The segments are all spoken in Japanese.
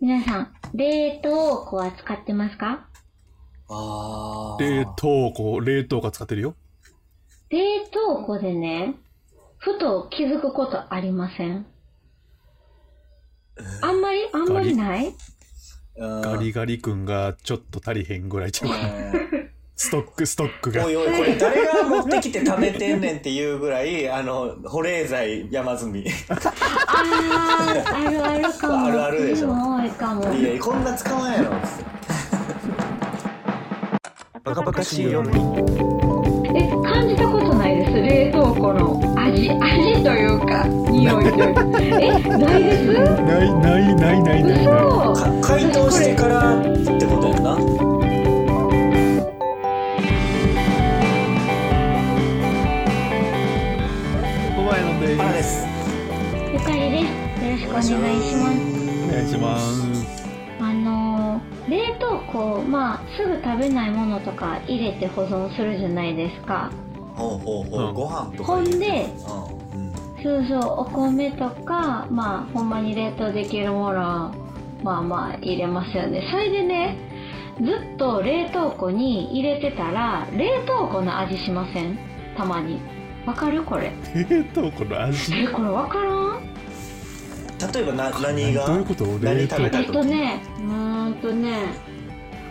皆さん、冷凍庫は使ってますかああ。冷凍庫、冷凍庫使ってるよ。冷凍庫でね、ふと気づくことありませんあんまり、あんまりないうんガリガリ君がちょっと足りへんぐらいちゃうかなうんストック、ストック がお。いおい、これ誰が持ってきて食べてんねんっていうぐらい、あの、保冷剤山積み。いあー、あるあるかも。あるあるでしょも多いかも。や いや、こんな使わんやろ。バカバカしいよえ、感じたことないです。冷凍庫の味、味というか、匂いと いうか。え、ないですない、ない、ない、ない、ない、ない。嘘か解凍してからってことやんな。お前ので原です。ゆかりです。よろしくお願いします。お願いします。あのー冷凍庫、まあ、すぐ食べないものとか入れて保存するじゃないですか。ほうほうほう、うんご飯とかほんで、うん、そうそう、お米とか、まあ、ほんまに冷凍できるものは、まあまあ入れますよね。それでね、ずっと冷凍庫に入れてたら、冷凍庫の味しませんたまに。わかる これ。冷凍庫の味。え、これわからん例えばな何がどういうこと冷何凍食べたえいっとねうーんとね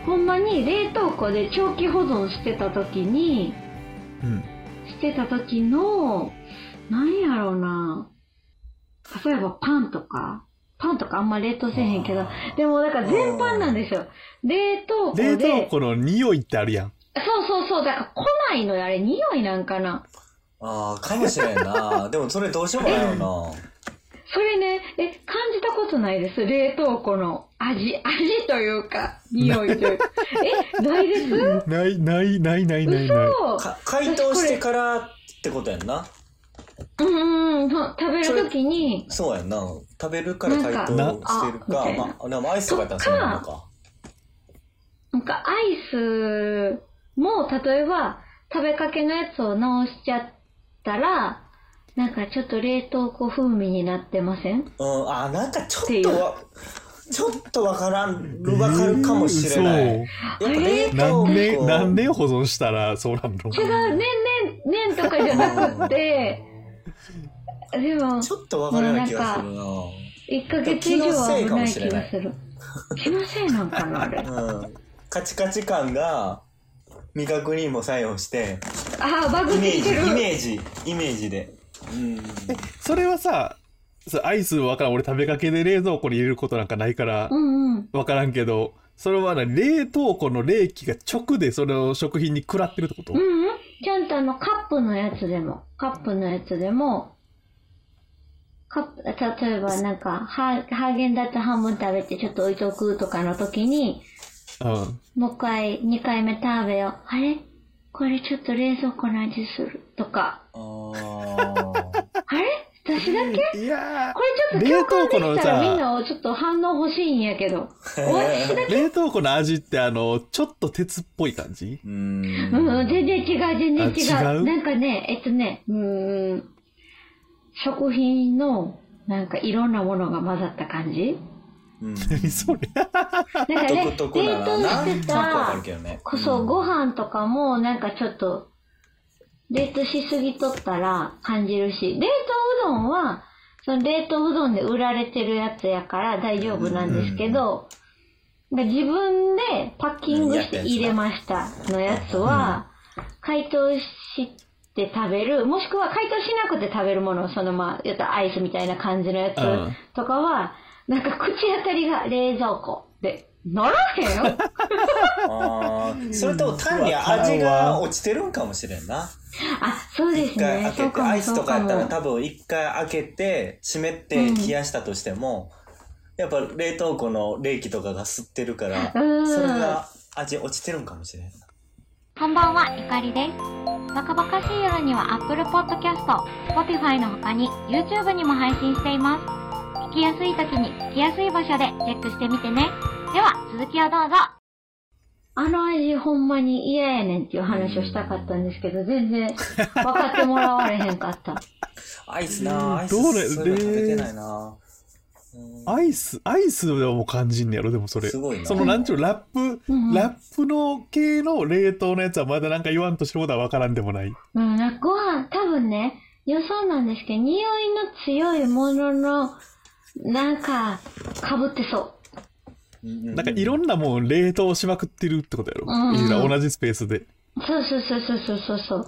ほんまに冷凍庫で長期保存してた時にうん。してた時のなんやろうな例えばパンとかパンとかあんま冷凍せえへんけどでもだから全般なんですよ冷凍庫で冷凍庫の匂いってあるやん。そうそうそうだから来ないのよあれ匂いなんかなああかもしれんなでもそれどうしようもないよ なそれねえ感じたことないです冷凍庫の味味というか匂い というかえないですない、ない、ない、ない、ない、ない。嘘か解凍してからってことやんなうんうんそう、食べるときに、そうやんな食べるからなんか解凍してるかなあみたいなまあでもアイスとかやったらそうなのかなんかアイスも、例えば、食べかけのやつを直しちゃったら、なんかちょっと冷凍庫風味になってませんうんあーなんかちっょてっいとうわちょっとわからんわかるかもしれない、えやーっぱ冷嘘何凍庫年、何年保存したらそうなんの違う、ねんねん、ねんとかじゃなくって、でも、ちょっとわからない気がするな1ヶ月以上は危ない気がする。気のせいなんかな、あれ。うんカチカチ感が味覚にも作用してあー、バグイっメてきーてジイる。メージイメージでうんそれはさ、そうアイスわからん。俺食べかけで冷蔵庫に入れることなんかないからう、んうん。わからんけど、それはな、冷凍庫の冷気が直でその食品に食らってるってことうんうん。ちゃんとあの、カップのやつでも、カップのやつでも、カップ、例えばなんか、ハーハーゲンダッツ半分食べてちょっと置いとくとかの時に、うん。もう一回、二回目食べよう。あれこれちょっと冷蔵庫の味する。とか。あーあれ私だけいやこれちょっと共感できたら冷凍庫のさみんなちょっと反応欲しいんやけど。私だー、冷凍庫の味ってあの、ちょっと鉄っぽい感じううんんうん、全然違う、全然あ違う。違うなんかね、えっとね、うーん、食品の、なんかいろんなものが混ざった感 じうん何それなんかね、独冷凍特だななんしてとなくわかたる、けどねこそご飯とかも、なんかちょっと、冷凍しすぎとったら感じるし、冷凍うどんは、その冷凍うどんで売られてるやつやから大丈夫なんですけど、で自分でパッキングして入れましたのやつは、解凍して食べる、もしくは解凍しなくて食べるもの、そのまあ、言ったらアイスみたいな感じのやつうんとかは、なんか口当たりが冷蔵庫で、ならへんよあーそれとも単に味が落ちてるんかもしれんなあ、そうです一回ね開。そけうてかアも、イスそとうかかやったらも。多分一回開けて湿って冷やしたとしてもやっぱ冷凍庫の冷気とかが吸ってるからうんそれが味落ちてるんかもしれんこんばんは、ゆかりです。バカバカしい夜には Apple Podcast、Spotify の他に YouTube にも配信しています。聞きやすい時に聞きやすい場所でチェックしてみてね。では、続きをどうぞ。あの味ほんまに嫌やねんっていう話をしたかったんですけど、全然分 かってもらわれへんかった。アイスなアイスどれそういえば食べてないなアイス、アイスではもう感じんねやろ、でもそれ。すごいなそのなんちゅう、ラップ、うんうんラップの系の冷凍のやつはまだなんか言わんとしてることはわからんでもない。うん、なんかご飯、多分ね、予想なんですけど、匂いの強いものの、なんか、かぶってそう。ななんかいろんなもん冷凍しまくってるってことやろ。うんうんいいな同じスペースで。そうそうそうそうそうそう。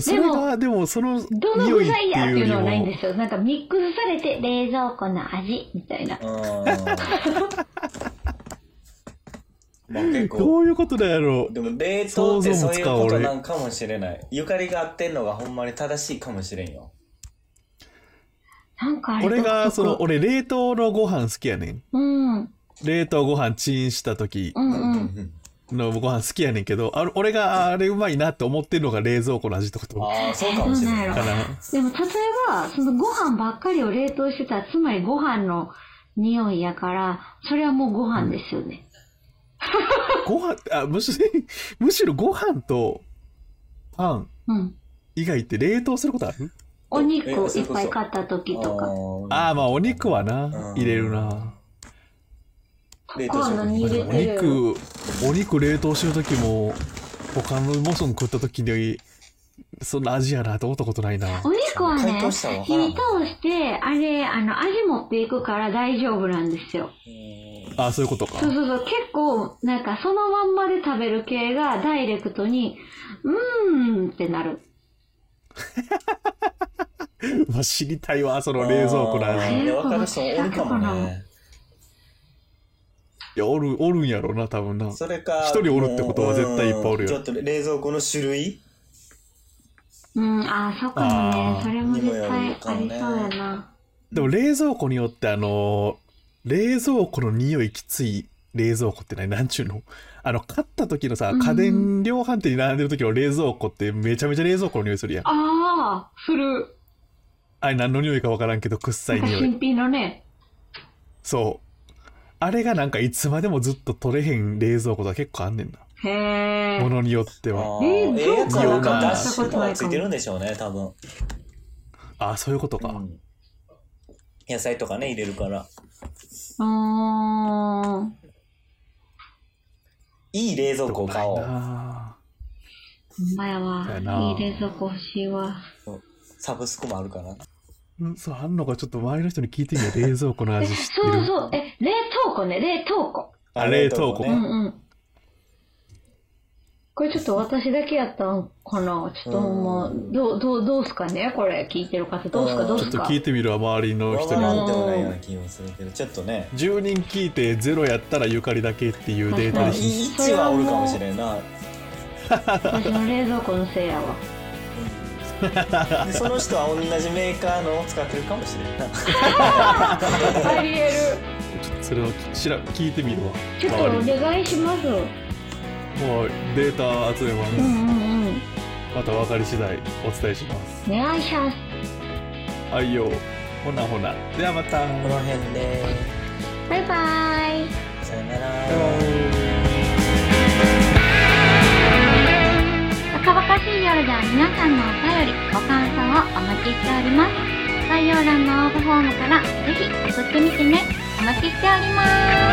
それが、でもそのどの匂具いっ材てやっていういうのよりはないんもで、すよ。なんかミックスされて冷蔵庫の味みたいな。まあ結ど構ういうことだやろうでも冷凍ってそういう想像もつこかと俺なんかもしれないゆかりが合ってんのがほんまに正しいかもしれんよなんかあれ俺が、そ独の、特俺冷凍のご飯好きやねん。うん。うん冷凍ご飯チンした時うん。のご飯好きやねんけど、あ俺があれうまいなって思ってるのが冷蔵庫の味ってことああそうかもしれないどうかな。でも例えば、そのご飯ばっかりを冷凍してたら、つまりご飯の匂いやから、それはもうご飯ですよね。ご飯、あ、むしろ、 むしろご飯とパンうん。以外って冷凍することあるお肉えいそれっこそぱい買った時とか、ああ、まあお肉はうな、ん入れるな。冷凍食入れてお品る肉、お肉冷凍してる時も、他のモソン食った時に、そんな味やなと思ったことないな。お肉はね解凍したらわ、からん火通して、あれ、あの、味持っていくから大丈夫なんですよ。あそういうことかそう。そうそう、結構、なんかそのまんまで食べる系がダイレクトに、うーんってなる。まあ知りたいわ、その冷蔵庫のあ味。ーいやわかる人おるかもねいや、おる、おるんやろうな、多分な。それか一人おるってことは絶対いっぱいおるようんちょっと冷蔵庫の種類うん、あー、そこもあねー、それも絶対かあもりねそうやな。でも冷蔵庫によってあの冷蔵庫の匂いきつい冷蔵庫って何なんちゅうのあの買った時のさうん家電量販店に並んでる時の冷蔵庫ってめちゃめちゃ冷蔵庫の匂いするやんああー、する。れ何の匂いかわからんけどくっさないんか匂い新品のね。そうあれがなんかいつまでもずっと取れへん冷蔵庫とか結構あんねんなへえ。ものによってはあーえーええやつはなんかそうダッシュとかついてるんでしょうね多分ああそういうことか、うん野菜とかね入れるからうーん。いい冷蔵庫を買おうあほんまやわそうや。ないい冷蔵庫欲しいわ。サブスクもあるからーうんそうあんのかちょっと周りの人に聞いてみよう冷蔵庫のえ、味知ってる そうそう、え、冷凍庫ね、冷凍庫。あ冷凍庫うえんうん。これちょっと私だけやったんかなちょっともうんう、どう、どう、どうすかねこれ聞いてる方、どうすかうんどうちょすっとか聞いてみるわ周りのわ人かにらんでもないような気もするけどちょっとね10人聞いてゼロやったらゆかりだけっていうデーまタあで引い位置はおるかもしれん な私の冷蔵庫のせいや わ。でその人は同じメーカーのを使ってるかもしれんなありえる。それをしら聞いてみるわちょっと周りお願いします。うんにもうデータ集めます、うんうん。また分かり次第お伝えしますお願いします。はいよほなほなではまたこの辺でバイバイ。さよなバらイバイ 若々しい夜では皆さんのお便り、ご感想をお待ちしております。概要欄の応募フォームからぜひ送ってみてね。お待ちしております。